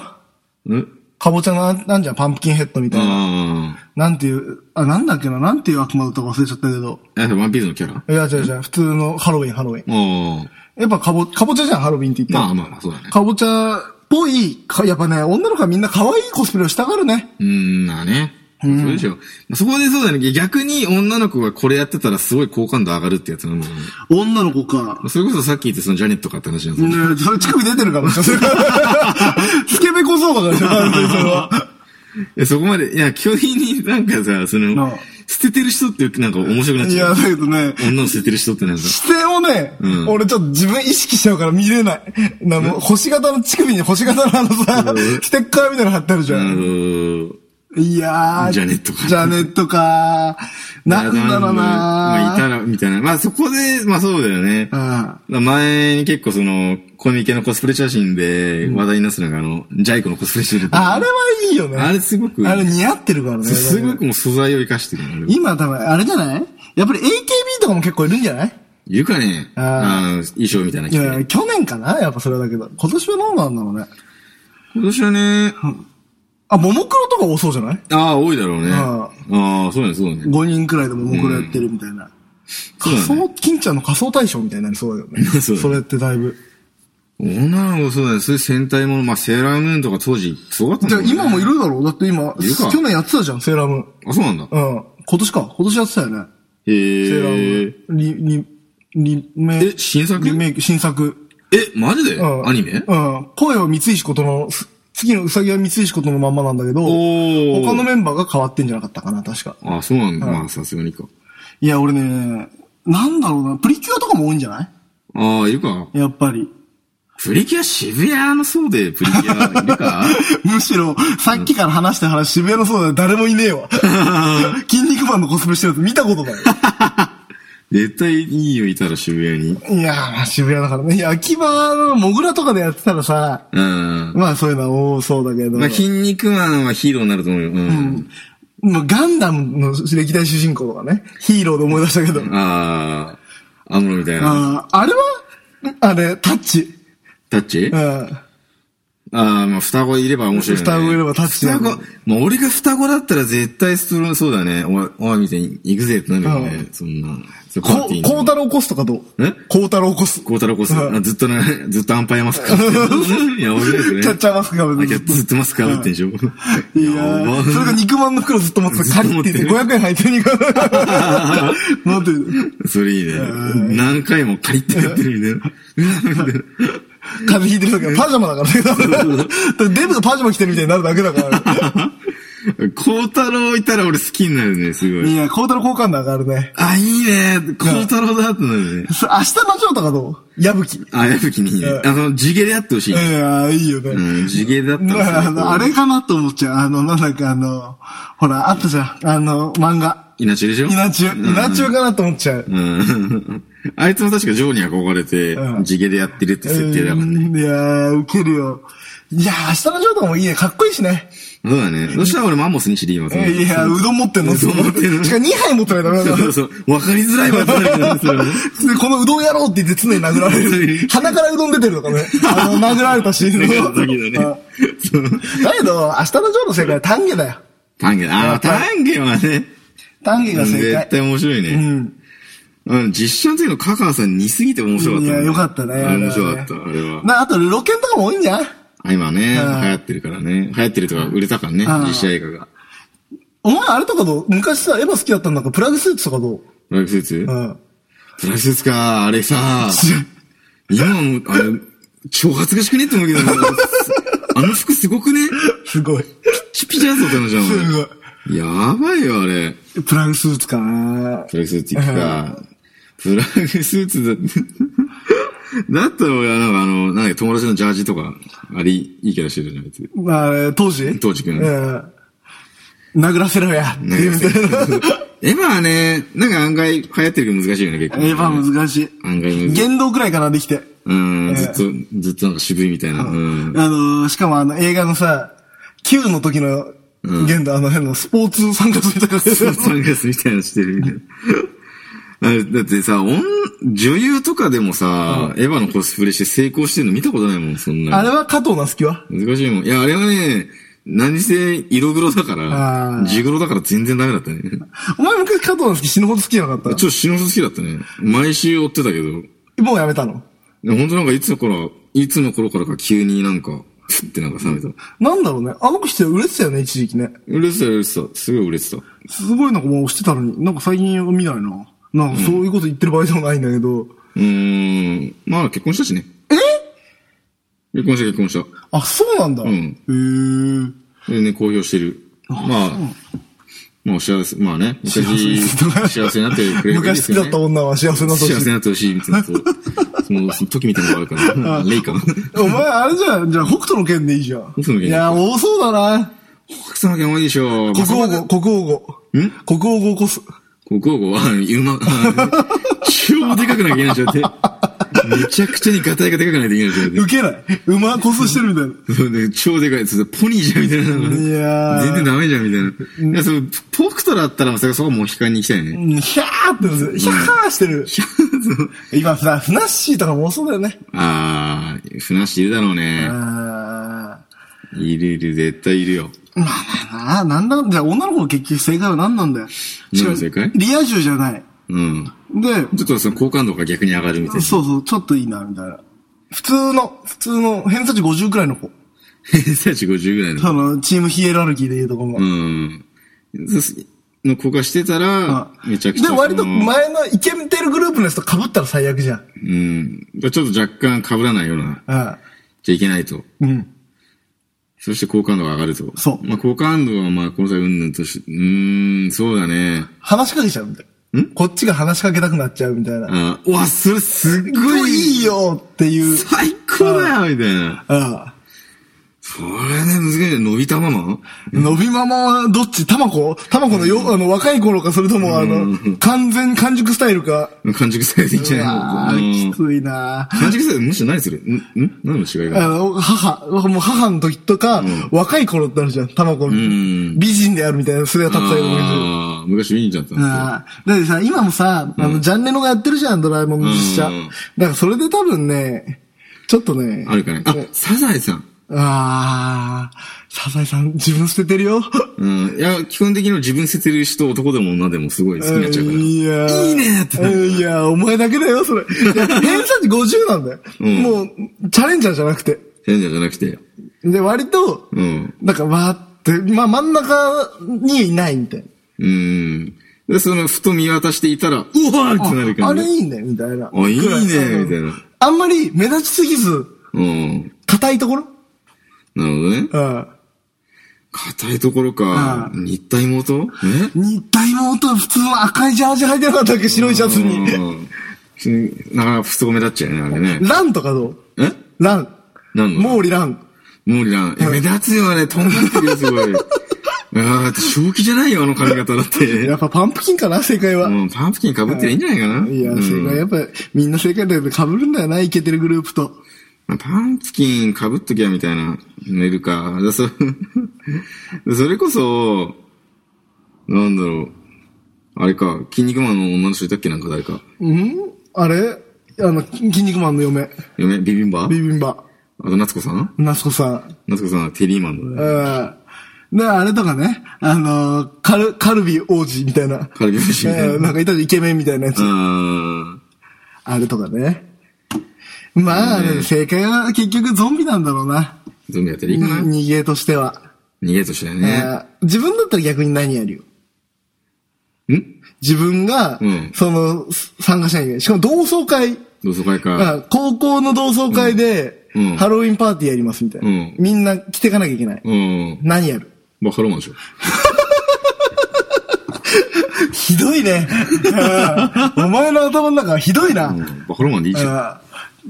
[SPEAKER 2] うん
[SPEAKER 1] かぼちゃなん、なんじゃん、パンプキンヘッドみたいな。
[SPEAKER 2] あ
[SPEAKER 1] なんていう、あ、なんだっけな、なんていう悪魔だったか忘れちゃったけど。
[SPEAKER 2] あ。え、ワンピースのキャラ
[SPEAKER 1] いや、違う違う、普通のハロウィン、ハロウィン。
[SPEAKER 2] おー。
[SPEAKER 1] やっぱかぼ、かぼちゃじゃん、ハロウィンって言って。
[SPEAKER 2] まあまあまあ、そうだね。
[SPEAKER 1] かぼちゃっぽい、かやっぱね、女の子はみんな可愛いコスプレをしたがるね。
[SPEAKER 2] うーん、まあね。そうでしょ。まあそこでそうだね。逆に女の子がこれやってたらすごい好感度上がるってやつなの。ま
[SPEAKER 1] 女の子か。
[SPEAKER 2] あそれこそさっき言ってそのジャネットかって話なんですよ
[SPEAKER 1] ねえ、それ乳首出てるから ね。スケベ小僧だからね、 完全にそれは。
[SPEAKER 2] いや、そこまで、いや、巨人になんかさ、その、
[SPEAKER 1] なあ
[SPEAKER 2] 捨ててる人ってなんか面白くなっ
[SPEAKER 1] い
[SPEAKER 2] ちゃ
[SPEAKER 1] や、
[SPEAKER 2] う
[SPEAKER 1] だ。けどね、
[SPEAKER 2] 女を捨ててる人ってなんか。
[SPEAKER 1] 視線をね、
[SPEAKER 2] うん
[SPEAKER 1] 俺ちょっと自分意識しちゃうから見れない。あの、星型の乳首に星型のあのさ、ステッカーみたいなの貼ってあるじゃ
[SPEAKER 2] あ
[SPEAKER 1] ん。
[SPEAKER 2] の
[SPEAKER 1] いやー。
[SPEAKER 2] ジャネットか
[SPEAKER 1] ジャネットかー。なんだろう
[SPEAKER 2] まあ、い
[SPEAKER 1] な
[SPEAKER 2] たら、みたいな。まあ、そこで、まあそうだよね。だか
[SPEAKER 1] ー。うん。
[SPEAKER 2] ら前に結構その、コミケのコスプレ写真で話題になってたのが、あの、ジャイコのコスプレしてるっていう
[SPEAKER 1] あ、あれはいいよね。
[SPEAKER 2] あれすごく
[SPEAKER 1] あれ似合ってるからね。
[SPEAKER 2] すごくもう素材を生かしてるのあれ
[SPEAKER 1] 今多分、あれじゃないやっぱり AKB とかも結構いるんじゃない
[SPEAKER 2] いるかね
[SPEAKER 1] あー
[SPEAKER 2] あの衣装みたいなの
[SPEAKER 1] い
[SPEAKER 2] 着て
[SPEAKER 1] やいや、去年かなやっぱそれはだけど。今年はどうなんだろうね。
[SPEAKER 2] 今年はね、
[SPEAKER 1] あ、ももクロとか多そうじゃない
[SPEAKER 2] ああ、多いだろうね。
[SPEAKER 1] あ
[SPEAKER 2] ああ、そうだね、そうだね。
[SPEAKER 1] ?5 人くらいでももクロやってるみたいな。
[SPEAKER 2] そう
[SPEAKER 1] 仮
[SPEAKER 2] だね
[SPEAKER 1] 想、金ちゃんの仮想大賞みたいになりそうだよね。
[SPEAKER 2] そうだね
[SPEAKER 1] それってだいぶ。
[SPEAKER 2] 女の子そうだね、そういう戦隊もの、まあ、セーラームーンとか当時、すごかった
[SPEAKER 1] じゃあ
[SPEAKER 2] もんね
[SPEAKER 1] 今もいるだろうだって今、
[SPEAKER 2] いるか
[SPEAKER 1] 去年やってたじゃん、セーラームーン。
[SPEAKER 2] あ、そうなんだ。
[SPEAKER 1] うん。今年か。今年やってたよね。
[SPEAKER 2] へ
[SPEAKER 1] セーラ
[SPEAKER 2] え。
[SPEAKER 1] ームーン。リ、リ、リメ
[SPEAKER 2] え、新作
[SPEAKER 1] リメイク、新作。
[SPEAKER 2] え、マジで
[SPEAKER 1] うん
[SPEAKER 2] アニメ
[SPEAKER 1] うん。声は三石ことの、す次のうさぎは三石ことのまんまなんだけど、
[SPEAKER 2] おー
[SPEAKER 1] 他のメンバーが変わってんじゃなかったかな、確か。
[SPEAKER 2] あ、そうなんだ。まあ、さすがにか。
[SPEAKER 1] いや、俺ね、なんだろうな、プリキュアとかも多いんじゃな
[SPEAKER 2] ああ、いるか。
[SPEAKER 1] いやっぱり。
[SPEAKER 2] プリキュア渋谷のそうで、プリキュアい るか
[SPEAKER 1] むしろ、さっきから話した話、渋谷のそうだよ、誰もいねえ わ。筋肉マンのコスプレしてるやつ見たことない。
[SPEAKER 2] 絶対いいよ、いたら渋谷に。
[SPEAKER 1] いやー、まあ渋谷だからね。いや、秋葉のモグラとかでやってたらさ、
[SPEAKER 2] うん。
[SPEAKER 1] まあそういうのは多そうだけど。
[SPEAKER 2] まあ、筋肉マンはヒーローになると思うよ。うん。
[SPEAKER 1] もうガンダムの歴代主人公とかね、ヒーローで思い出したけど。
[SPEAKER 2] ああ、アムロみたいな。
[SPEAKER 1] あーあれはあれ、タッチ。
[SPEAKER 2] タッチ
[SPEAKER 1] う
[SPEAKER 2] あ
[SPEAKER 1] ん。
[SPEAKER 2] あ、まあ、双子いれば面白いよね。
[SPEAKER 1] 双子いればタッチだ
[SPEAKER 2] 双
[SPEAKER 1] よね
[SPEAKER 2] 子、まあ、俺が双子だったら絶対ストロー、そうだね。おおい、みたいに行くぜってなるよね。そんな。そう
[SPEAKER 1] こう、コータ
[SPEAKER 2] ロ
[SPEAKER 1] ロコスとかどう
[SPEAKER 2] え
[SPEAKER 1] コータロコス。
[SPEAKER 2] コータロコス。
[SPEAKER 1] うん
[SPEAKER 2] あずっとね、ずっとアンパイマス クかぶってる。いや、面白いですね。
[SPEAKER 1] キャッチャーマスクかぶって
[SPEAKER 2] あキャッずっとマスクかぶってんでしょ。
[SPEAKER 1] いやーそれが肉まんの袋 ずっと持ってた。カリってて、
[SPEAKER 2] ずっと持
[SPEAKER 1] 500円入ってる肉 まん。なんて、
[SPEAKER 2] それいいね。何回もカリってやってるみたいな。
[SPEAKER 1] 風邪ひいてる時はパジャマだからね。 デブがパジャマ着てるみたいになるだけだから。
[SPEAKER 2] コータロいたら俺好きになるね、すごい。
[SPEAKER 1] いや、コータロ好感度上がるね。
[SPEAKER 2] あ、いいね。コータロだってなるね。
[SPEAKER 1] そ明日のジョーとかどう矢吹。い
[SPEAKER 2] あ、やぶきにいいね。あの、地毛でやってほしい。
[SPEAKER 1] やーいいよね。
[SPEAKER 2] うん、地毛だった
[SPEAKER 1] だから
[SPEAKER 2] ら
[SPEAKER 1] あ
[SPEAKER 2] すごい
[SPEAKER 1] の、あれかなと思っちゃう。あの、なんだっけ、あの、ほら、あったじゃん。あの、漫画。
[SPEAKER 2] 稲中でしょ
[SPEAKER 1] 稲中、稲中かなと思っちゃう。
[SPEAKER 2] うん。あいつも確かジョーに憧れて
[SPEAKER 1] う、ん
[SPEAKER 2] 地毛でやってるって設定だからね。
[SPEAKER 1] うんいやー、ウケるよ。いやー、明日のジョーとかもいいね。かっこいいしね。
[SPEAKER 2] そうだね。そしたら俺マンモスに知りますね。
[SPEAKER 1] いや、うどん持ってんの
[SPEAKER 2] うどん持ってんの
[SPEAKER 1] しかも2杯持ってないだろ。
[SPEAKER 2] そうそう。わかりづらいわ、それねそれね
[SPEAKER 1] で、このうどんやろうって言って常に殴られる。鼻からうどん出てるとかね。あの、殴られたシーン
[SPEAKER 2] その時だ
[SPEAKER 1] の。
[SPEAKER 2] ね。そう。
[SPEAKER 1] うん だけど、明日のジョーの正解は丹下だよ。
[SPEAKER 2] タンゲ、あー、タンゲはね、
[SPEAKER 1] 丹下が正
[SPEAKER 2] 絶
[SPEAKER 1] 解。
[SPEAKER 2] 対面白いうね。
[SPEAKER 1] ん。
[SPEAKER 2] うん、実写の時のカカさん似すぎて面白かっ
[SPEAKER 1] い
[SPEAKER 2] たね。
[SPEAKER 1] や、よかったね。あれはね
[SPEAKER 2] 面白かった、あれは。
[SPEAKER 1] な、あと、ロケンとかも多いんじゃん
[SPEAKER 2] あ今ね、流
[SPEAKER 1] うん
[SPEAKER 2] 行ってるからね。流行ってるとか売れたからね、
[SPEAKER 1] うん
[SPEAKER 2] 実写映画が。
[SPEAKER 1] お前、あれとかどう昔さ、エヴァ好きだったんだから、プラグスーツとかどう
[SPEAKER 2] ブラックスーツ
[SPEAKER 1] うん。
[SPEAKER 2] ブラックスーツか、あれさ、 今も、あれ、超恥ずかしくねって思う けど、あの服すごくね
[SPEAKER 1] すごい。す
[SPEAKER 2] チピチャーズって話じゃん、
[SPEAKER 1] ご
[SPEAKER 2] 俺。
[SPEAKER 1] い。
[SPEAKER 2] やばいよ、あれ。
[SPEAKER 1] プラグスーツかな
[SPEAKER 2] プラグスーツ行くか。プラグスーツだって。 だったら俺はなんかあの、なんか友達のジャージとか、あれ、いいキャラしてるじゃん、あいつ。
[SPEAKER 1] まあ、当時
[SPEAKER 2] 当時くん
[SPEAKER 1] うん。殴らせろや。っていうみたいな。
[SPEAKER 2] エヴァはね、なんか案外流行ってるけど難しいよね、結 構。
[SPEAKER 1] エヴァ難しい。
[SPEAKER 2] 案外難しい。
[SPEAKER 1] 言動くらいかな、できて。
[SPEAKER 2] うん、ずっと、ずっとなんか渋いみたいな。う
[SPEAKER 1] あ
[SPEAKER 2] ん。
[SPEAKER 1] のー、しかもあの映画のさ、Q の時の言動、あの辺のスポーツ参加みたいな。
[SPEAKER 2] サングラスみたいなのしてるみたいな。あれだってさ、おん女優とかでもさ、エヴァのコスプレして成功してるの見たことないもん、そん
[SPEAKER 1] あ
[SPEAKER 2] な。
[SPEAKER 1] れは加藤なすきは
[SPEAKER 2] 難しいもん。いや、あれはね、何せ色黒だか
[SPEAKER 1] あー
[SPEAKER 2] ら、地黒だから全然ダメだったね。
[SPEAKER 1] お前昔加藤なすき死ぬほど好きじゃなかっ
[SPEAKER 2] ちょっと死ぬほど好きだったね。毎週追ってたけど。
[SPEAKER 1] た。もうやめたの。
[SPEAKER 2] 本当なんかいつの頃、いつの頃からか急になんか、ふってなんか冷めた。
[SPEAKER 1] なんだろうね。あの子して売れてたよね、一時期ね。
[SPEAKER 2] 売れてた売れてた。すごい売れてた。
[SPEAKER 1] すごいなんかもうしてたのに、なんか最近見ないな。なんかそういうこと言ってる場合じゃないんだけど。
[SPEAKER 2] うーん。まあ結婚したしね。え結婚した結婚した。
[SPEAKER 1] あ、そうなんだ。
[SPEAKER 2] ん
[SPEAKER 1] へえ。
[SPEAKER 2] それね、公表してる。まあ、まあお幸せ、まあね、昔
[SPEAKER 1] 幸せ
[SPEAKER 2] 幸せになってくれる
[SPEAKER 1] 昔好きだった女は幸せな
[SPEAKER 2] 幸
[SPEAKER 1] 年
[SPEAKER 2] せになってほしいみたいな。そうその、その時みたいなのがあ るから。レイかな。
[SPEAKER 1] お前、あれじゃん。じゃあ、北斗の剣でいいじゃん。
[SPEAKER 2] 北斗の剣
[SPEAKER 1] いや、多そうだな。
[SPEAKER 2] 奥様が多いでしょ。
[SPEAKER 1] 国王語、国王語。
[SPEAKER 2] ん
[SPEAKER 1] 国王語起こす。
[SPEAKER 2] 国語は、うま、 超でかくなきゃいけないじゃん って。めちゃくちゃにガタイがでかくないといけないじゃん
[SPEAKER 1] 受けない。馬こすしてるみたいな。
[SPEAKER 2] そうね、超でかいやつ。ポニーじゃんみたいな。
[SPEAKER 1] いやー
[SPEAKER 2] 全然ダメじゃんみたいな。いや、その、ポクトだったら、そこはもう悲観に行きたいよね。
[SPEAKER 1] うんヒャーってやつ、ヒャーしてる。 今、フナフナッシーとかも多そうだよね。
[SPEAKER 2] あー、ふなっしーいるだろうね。
[SPEAKER 1] あ
[SPEAKER 2] いるいる、絶対いるよ。
[SPEAKER 1] ーまあまあなあ、なんだ、じゃあ女の子の結局正解は何なんだよ。
[SPEAKER 2] 何が正解
[SPEAKER 1] しかもリア充じゃない。
[SPEAKER 2] うん。
[SPEAKER 1] で、
[SPEAKER 2] ちょっとその好感度が逆に上がるみたいな。
[SPEAKER 1] そうそう、ちょっといいな、みたいな。普通の、普通の、偏差値50くらいの子。
[SPEAKER 2] 偏差値50ぐらいの。
[SPEAKER 1] その、チームヒエラルキーでいうとこも。
[SPEAKER 2] うん。その子がしてたら、めちゃくちゃ
[SPEAKER 1] で、
[SPEAKER 2] その。
[SPEAKER 1] 割と前のイケメンてるグループのやつと被ったら最悪じゃん。
[SPEAKER 2] うん。ちょっと若干被らないような、じゃいけないと。
[SPEAKER 1] うん。うん。
[SPEAKER 2] そして好感度が上がると。
[SPEAKER 1] そう
[SPEAKER 2] まあ好感度はまあこの際うんぬんとし、うーん、そうだね。
[SPEAKER 1] 話しかけちゃうみたいな。こっちが話しかけたくなっちゃうみたいな。
[SPEAKER 2] あうわ、それすっ
[SPEAKER 1] すご
[SPEAKER 2] ご
[SPEAKER 1] いい
[SPEAKER 2] い
[SPEAKER 1] いよっていう。
[SPEAKER 2] 最高だよみたいな。
[SPEAKER 1] ああ。
[SPEAKER 2] それね、難しいね。伸びたまま
[SPEAKER 1] 伸びまま、どっちタマコタマコのよ、あの、若い頃か、それとも、あの、完全完熟スタイルか。
[SPEAKER 2] 完熟されていいんじゃ
[SPEAKER 1] ああ、
[SPEAKER 2] ないの
[SPEAKER 1] きついな
[SPEAKER 2] 完熟されて、むしろ何するんん何の違い
[SPEAKER 1] あ
[SPEAKER 2] が
[SPEAKER 1] の、母、もう母の時とか、若い頃ってあるじゃん、タマコ。
[SPEAKER 2] ん
[SPEAKER 1] 美人であるみたいな、それがたったような感じで
[SPEAKER 2] ああ、昔見に行っちゃったんで
[SPEAKER 1] ああ。だってさ、今もさ、あの、ジャンレノがやってるじゃん、ドラえもんの実写。
[SPEAKER 2] う
[SPEAKER 1] だ
[SPEAKER 2] ん
[SPEAKER 1] からそれで多分ね、ちょっとね
[SPEAKER 2] す。よ。あるかね。あ、サザエさん。
[SPEAKER 1] ああ、サザエさん、自分捨ててるよ。
[SPEAKER 2] うん。いや、基本的には自分捨ててる人、男でも女でもすごい好きになっちゃうから。
[SPEAKER 1] いやー
[SPEAKER 2] いいねってなる
[SPEAKER 1] いやーお前だけだよ、 それ。いや偏差値50なんだよ。
[SPEAKER 2] うん
[SPEAKER 1] もう、チャレンジャーじゃなくて。
[SPEAKER 2] 変じゃなくて。
[SPEAKER 1] で、割と、
[SPEAKER 2] うん。
[SPEAKER 1] なんか、わーって、まあ、真ん中にいないみたいな。
[SPEAKER 2] うん。で、その、ふと見渡していたら、うわーってなる
[SPEAKER 1] あ
[SPEAKER 2] 感じ。
[SPEAKER 1] れいいね、みたいな。
[SPEAKER 2] あいいね
[SPEAKER 1] くら
[SPEAKER 2] みたいな。
[SPEAKER 1] あんまり目立ちすぎず、
[SPEAKER 2] うん。
[SPEAKER 1] 硬いところ
[SPEAKER 2] なるほどね。
[SPEAKER 1] うん。
[SPEAKER 2] 硬いところか。日体元え
[SPEAKER 1] 日体の音は普通の赤いジャージ履いてなかったっけ白いシャツに。
[SPEAKER 2] うん。なかなか不都合目立っちゃうね、あれね。
[SPEAKER 1] ランとかどう
[SPEAKER 2] え
[SPEAKER 1] ラン。
[SPEAKER 2] 何の
[SPEAKER 1] 毛利ラン。
[SPEAKER 2] モーリラン。え、目立つよね。とんがってるよ、 すごい。ああ、正気じゃないよ、あの髪型だって。
[SPEAKER 1] やっぱパンプキンかな、正解は。
[SPEAKER 2] うん、パンプキン被ってりゃいいんじゃないかな。
[SPEAKER 1] いや、
[SPEAKER 2] うん
[SPEAKER 1] 正解、やっぱ、みんな正解だけど、被るんだよな、イケてるグループと。
[SPEAKER 2] まあパンプキン被っときゃみたいな、メールか。だそ それこそ、なんだろう。あれか、筋肉マンの女の人いたっけなんか誰か。
[SPEAKER 1] うんあれあの、筋肉マンの嫁。
[SPEAKER 2] 嫁ビビンバあ
[SPEAKER 1] ビビンバ。
[SPEAKER 2] と、夏子さん
[SPEAKER 1] 夏子さん。
[SPEAKER 2] 夏子さんはテリーマン
[SPEAKER 1] う
[SPEAKER 2] だね。
[SPEAKER 1] ん。で、あれとかね、あのーカル、カルビ王子みたいな。
[SPEAKER 2] カルビ王子みたいな
[SPEAKER 1] うんなんかいたじゃんイケメンみたいなやつ。
[SPEAKER 2] あ
[SPEAKER 1] あれとかね。まあ、
[SPEAKER 2] ね
[SPEAKER 1] でも正解は結局ゾンビなんだろうな。
[SPEAKER 2] ー、ゾンビやったらいいかな。逃
[SPEAKER 1] 逃げとしては。
[SPEAKER 2] げとしてだ
[SPEAKER 1] え
[SPEAKER 2] ね。
[SPEAKER 1] ー自分だったら逆に何やるよ。
[SPEAKER 2] ん
[SPEAKER 1] 自分が、
[SPEAKER 2] うん
[SPEAKER 1] その、参加者に、しかも同窓会。
[SPEAKER 2] 同窓会か。
[SPEAKER 1] あ高校の同窓会で
[SPEAKER 2] うんうん、
[SPEAKER 1] ハロウィンパーティーやりますみたいな。
[SPEAKER 2] うん
[SPEAKER 1] みんな着てかなきゃいけない。
[SPEAKER 2] うん。
[SPEAKER 1] 何やる
[SPEAKER 2] バカロマンでしょ。
[SPEAKER 1] ひどい ね。うんお前の頭の中はひどいな。うん
[SPEAKER 2] バカロマンでいいじゃ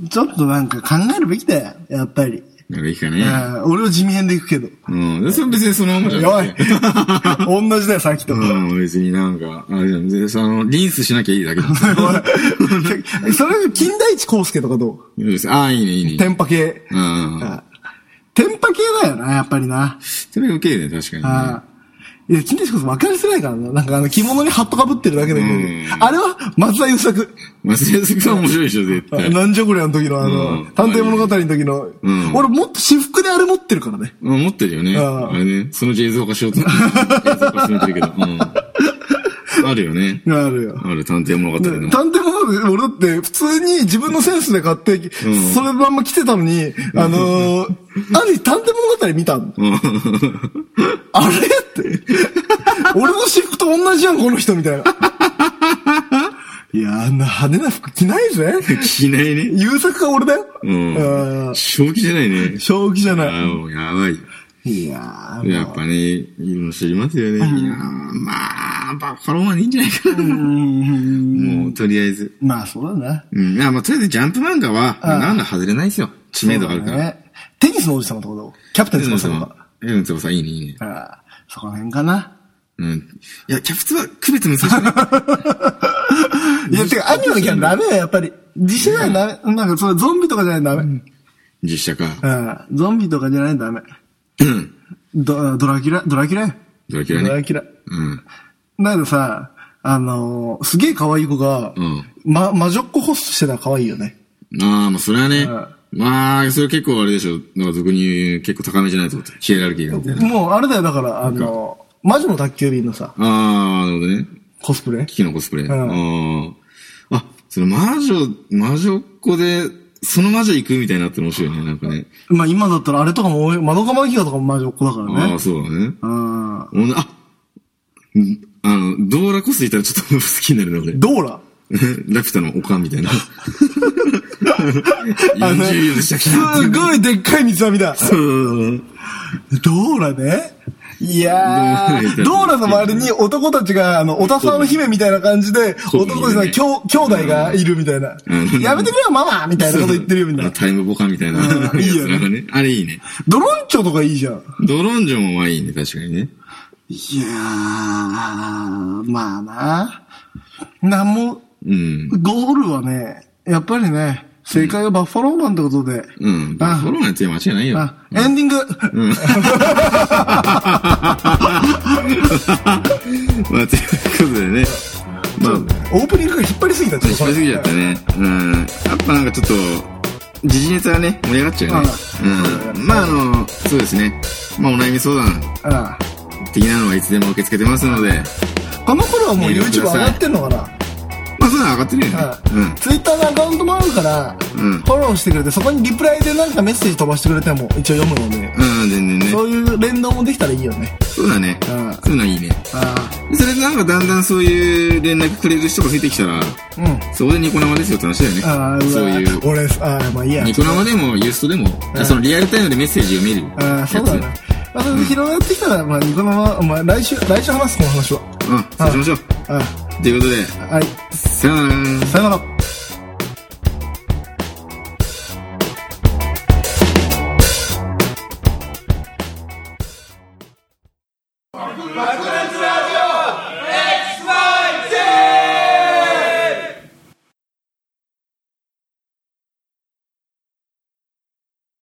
[SPEAKER 2] ん。
[SPEAKER 1] ちょっとなんか考えるべきだよ、やっぱり。
[SPEAKER 2] なんかいいか
[SPEAKER 1] う
[SPEAKER 2] ね。
[SPEAKER 1] ん俺は地味編で行くけど。
[SPEAKER 2] うん。でそれ別にそのままじゃ
[SPEAKER 1] お
[SPEAKER 2] ないくて。
[SPEAKER 1] 同じだよ、さっき と。
[SPEAKER 2] うん、別になんか、あれじゃん。でその、リンスしなきゃいい だけだ。
[SPEAKER 1] おいそれ、金田一光介とかどう
[SPEAKER 2] いいですああ、いいね、いいね。
[SPEAKER 1] 天パ系。
[SPEAKER 2] うん。
[SPEAKER 1] 天パ系だよな、やっぱりな。
[SPEAKER 2] それが受けるね、確かにね。
[SPEAKER 1] ああいや、金城さん分かりづらいからな。なんかあの、着物にハットかぶってるだけだけど
[SPEAKER 2] うん、
[SPEAKER 1] あれは松田優作。
[SPEAKER 2] 松田優作さん面白いでしょ、絶対。
[SPEAKER 1] なんじゃこりゃの時のあ
[SPEAKER 2] うん
[SPEAKER 1] の、探偵物語の時の
[SPEAKER 2] ん、
[SPEAKER 1] 俺もっと私服であれ持ってるからね。
[SPEAKER 2] うん、持ってるよね。
[SPEAKER 1] あ
[SPEAKER 2] あ
[SPEAKER 1] あ
[SPEAKER 2] れね。そのうち映像化しよ うと。映像化しめてるけど。うん。あるよね。
[SPEAKER 1] あるよ。
[SPEAKER 2] ある、探偵物語
[SPEAKER 1] 探
[SPEAKER 2] の。
[SPEAKER 1] 偵物語、俺だって普通に自分のセンスで買って、それまんま来てたのに、あ のー、ある日探偵物語見たの
[SPEAKER 2] うん。
[SPEAKER 1] あれって。俺の私服と同じやん、この人みたいな。いや、あんな派手な服着ないぜ。
[SPEAKER 2] 着ないね。
[SPEAKER 1] 優作が俺だよ。
[SPEAKER 2] うん
[SPEAKER 1] あ。ー
[SPEAKER 2] 正気じゃないね。
[SPEAKER 1] 正気じゃ
[SPEAKER 2] あ
[SPEAKER 1] な
[SPEAKER 2] あ、もうやばい。
[SPEAKER 1] い。いやー、
[SPEAKER 2] やっぱね、いいの知りますよね。いやーまあ、バッファローマンでいいんじゃないかな。もう、とりあえず。
[SPEAKER 1] まあそうだな。
[SPEAKER 2] うん。いや、まあ、とりあえずジャンプ漫画は、
[SPEAKER 1] ああ
[SPEAKER 2] なんだ外れないですよ。知名度あるから。
[SPEAKER 1] ね。テニスの王子様ってことキャプテン
[SPEAKER 2] エル
[SPEAKER 1] 翼
[SPEAKER 2] ン
[SPEAKER 1] と
[SPEAKER 2] さん
[SPEAKER 1] か。
[SPEAKER 2] は、エルンさんいいね、いいね。
[SPEAKER 1] あーそこら辺かな。
[SPEAKER 2] うん。いや、キャプツは区別難 しいね。
[SPEAKER 1] いや、てか、アニメのキャラダメよ、やっぱり。自信ないダメ。なんか、それゾンビとかじゃないとダメ。
[SPEAKER 2] 実写か。
[SPEAKER 1] うん。ゾンビとかじゃないとダメ。ドドラキュラ、ドラキュラよ
[SPEAKER 2] ドラキュ
[SPEAKER 1] ド
[SPEAKER 2] ラ
[SPEAKER 1] ラ
[SPEAKER 2] ね。
[SPEAKER 1] キュラ。
[SPEAKER 2] うん。
[SPEAKER 1] だけどさ、あのー、すげえ可愛い子が、
[SPEAKER 2] うん
[SPEAKER 1] ま、魔女っ子ホストしてたら可愛いよね。
[SPEAKER 2] ああ、まあ、それはね
[SPEAKER 1] あ。
[SPEAKER 2] まあ、それ結構あれでしょ。なんか俗に言う、結構高めじゃないと思って。ヒエラルキーがみたいな。
[SPEAKER 1] もう、あれだよ、だから、あのー、魔女の宅急便のさ、
[SPEAKER 2] ああ、なるほどね。
[SPEAKER 1] コスプレ
[SPEAKER 2] キキのコスプレ。
[SPEAKER 1] ん
[SPEAKER 2] ああ。あ、その魔女、魔女っ子で、その魔女行くみたいになって面白いね。なんかね。
[SPEAKER 1] まあ、今だったらあれとかも多い、窓かまぎかとかも魔女っ子だから
[SPEAKER 2] あ
[SPEAKER 1] ね
[SPEAKER 2] あ、。そうだね。
[SPEAKER 1] うん。
[SPEAKER 2] ほんであ、うんあの、ドーラコスいたらちょっと好きになるね、俺。
[SPEAKER 1] ドーラ
[SPEAKER 2] ラピュタのおかんみた いな。
[SPEAKER 1] あの
[SPEAKER 2] 40秒でした来た
[SPEAKER 1] すごいでっかい三つ編みだ。
[SPEAKER 2] うん
[SPEAKER 1] ドーラね。いやー、ド
[SPEAKER 2] ドー
[SPEAKER 1] ー
[SPEAKER 2] ラ
[SPEAKER 1] ラの周りに男たちが、あの、おたさの姫みたいな感じで、
[SPEAKER 2] そう
[SPEAKER 1] 男たちの兄兄弟がいるみたいな
[SPEAKER 2] うん。
[SPEAKER 1] やめてくれよ、ママみたいなこと言ってるよ、みんな。
[SPEAKER 2] タイムボカみたいな。
[SPEAKER 1] うんいいよね
[SPEAKER 2] やつらがね。あれいいね。
[SPEAKER 1] ドロンチョとかいいじゃん。
[SPEAKER 2] ドロンジョもまあいいね、確かにね。
[SPEAKER 1] いやー、まあな。なんも、
[SPEAKER 2] うん。
[SPEAKER 1] ゴールはね、やっぱりね、正解はバッファローマンってことで。
[SPEAKER 2] うん。
[SPEAKER 1] あ
[SPEAKER 2] ドロンのやつは間違いないよ。
[SPEAKER 1] あ、エンディング、
[SPEAKER 2] まあ、ということでね。まあ、
[SPEAKER 1] オープニングが引っ張りすぎた、ちょっ
[SPEAKER 2] 引っ張りすぎちゃったね。うん。やっぱなんかちょっと、時事ネタはね、盛り上がっちゃうよね。うん。まあ、あの、そうですね。まあ、お悩み相談
[SPEAKER 1] あ
[SPEAKER 2] 的なのはいつでも受け付けてますので、
[SPEAKER 1] あこの頃はもう
[SPEAKER 2] メールく
[SPEAKER 1] YouTube 上
[SPEAKER 2] ださい
[SPEAKER 1] がってんのかな
[SPEAKER 2] まあ、そういうの上がってるよね。うん。
[SPEAKER 1] ツイッターのアカウントもあるから、
[SPEAKER 2] うん
[SPEAKER 1] フォローしてくれて、そこにリプライでなんかメッセージ飛ばしてくれても一応読むので、
[SPEAKER 2] うん、全然ね。
[SPEAKER 1] そういう連動もできたらいいよね。
[SPEAKER 2] そうだね。
[SPEAKER 1] うん
[SPEAKER 2] そういうのいいね。
[SPEAKER 1] あ
[SPEAKER 2] それでなんかだんだんそういう連絡くれる人が増えてきたら、
[SPEAKER 1] あ、うん。
[SPEAKER 2] そこでニコ生ですよって話だよね。
[SPEAKER 1] ああ、うわ
[SPEAKER 2] そういう。
[SPEAKER 1] 俺、ああ、まあいいや。
[SPEAKER 2] ニコ生でもユーストでも、
[SPEAKER 1] うん
[SPEAKER 2] そのリアルタイムでメッセージを見るやつ。
[SPEAKER 1] ああ、そうだな。まあ、それで広がってきたら、まあ、ニコ生、まあ、来週、来週話す、この話は。
[SPEAKER 2] うん、そうしましょう。
[SPEAKER 1] あ
[SPEAKER 2] ということで、
[SPEAKER 1] あ、はい。
[SPEAKER 2] さよなら。
[SPEAKER 1] さよなら。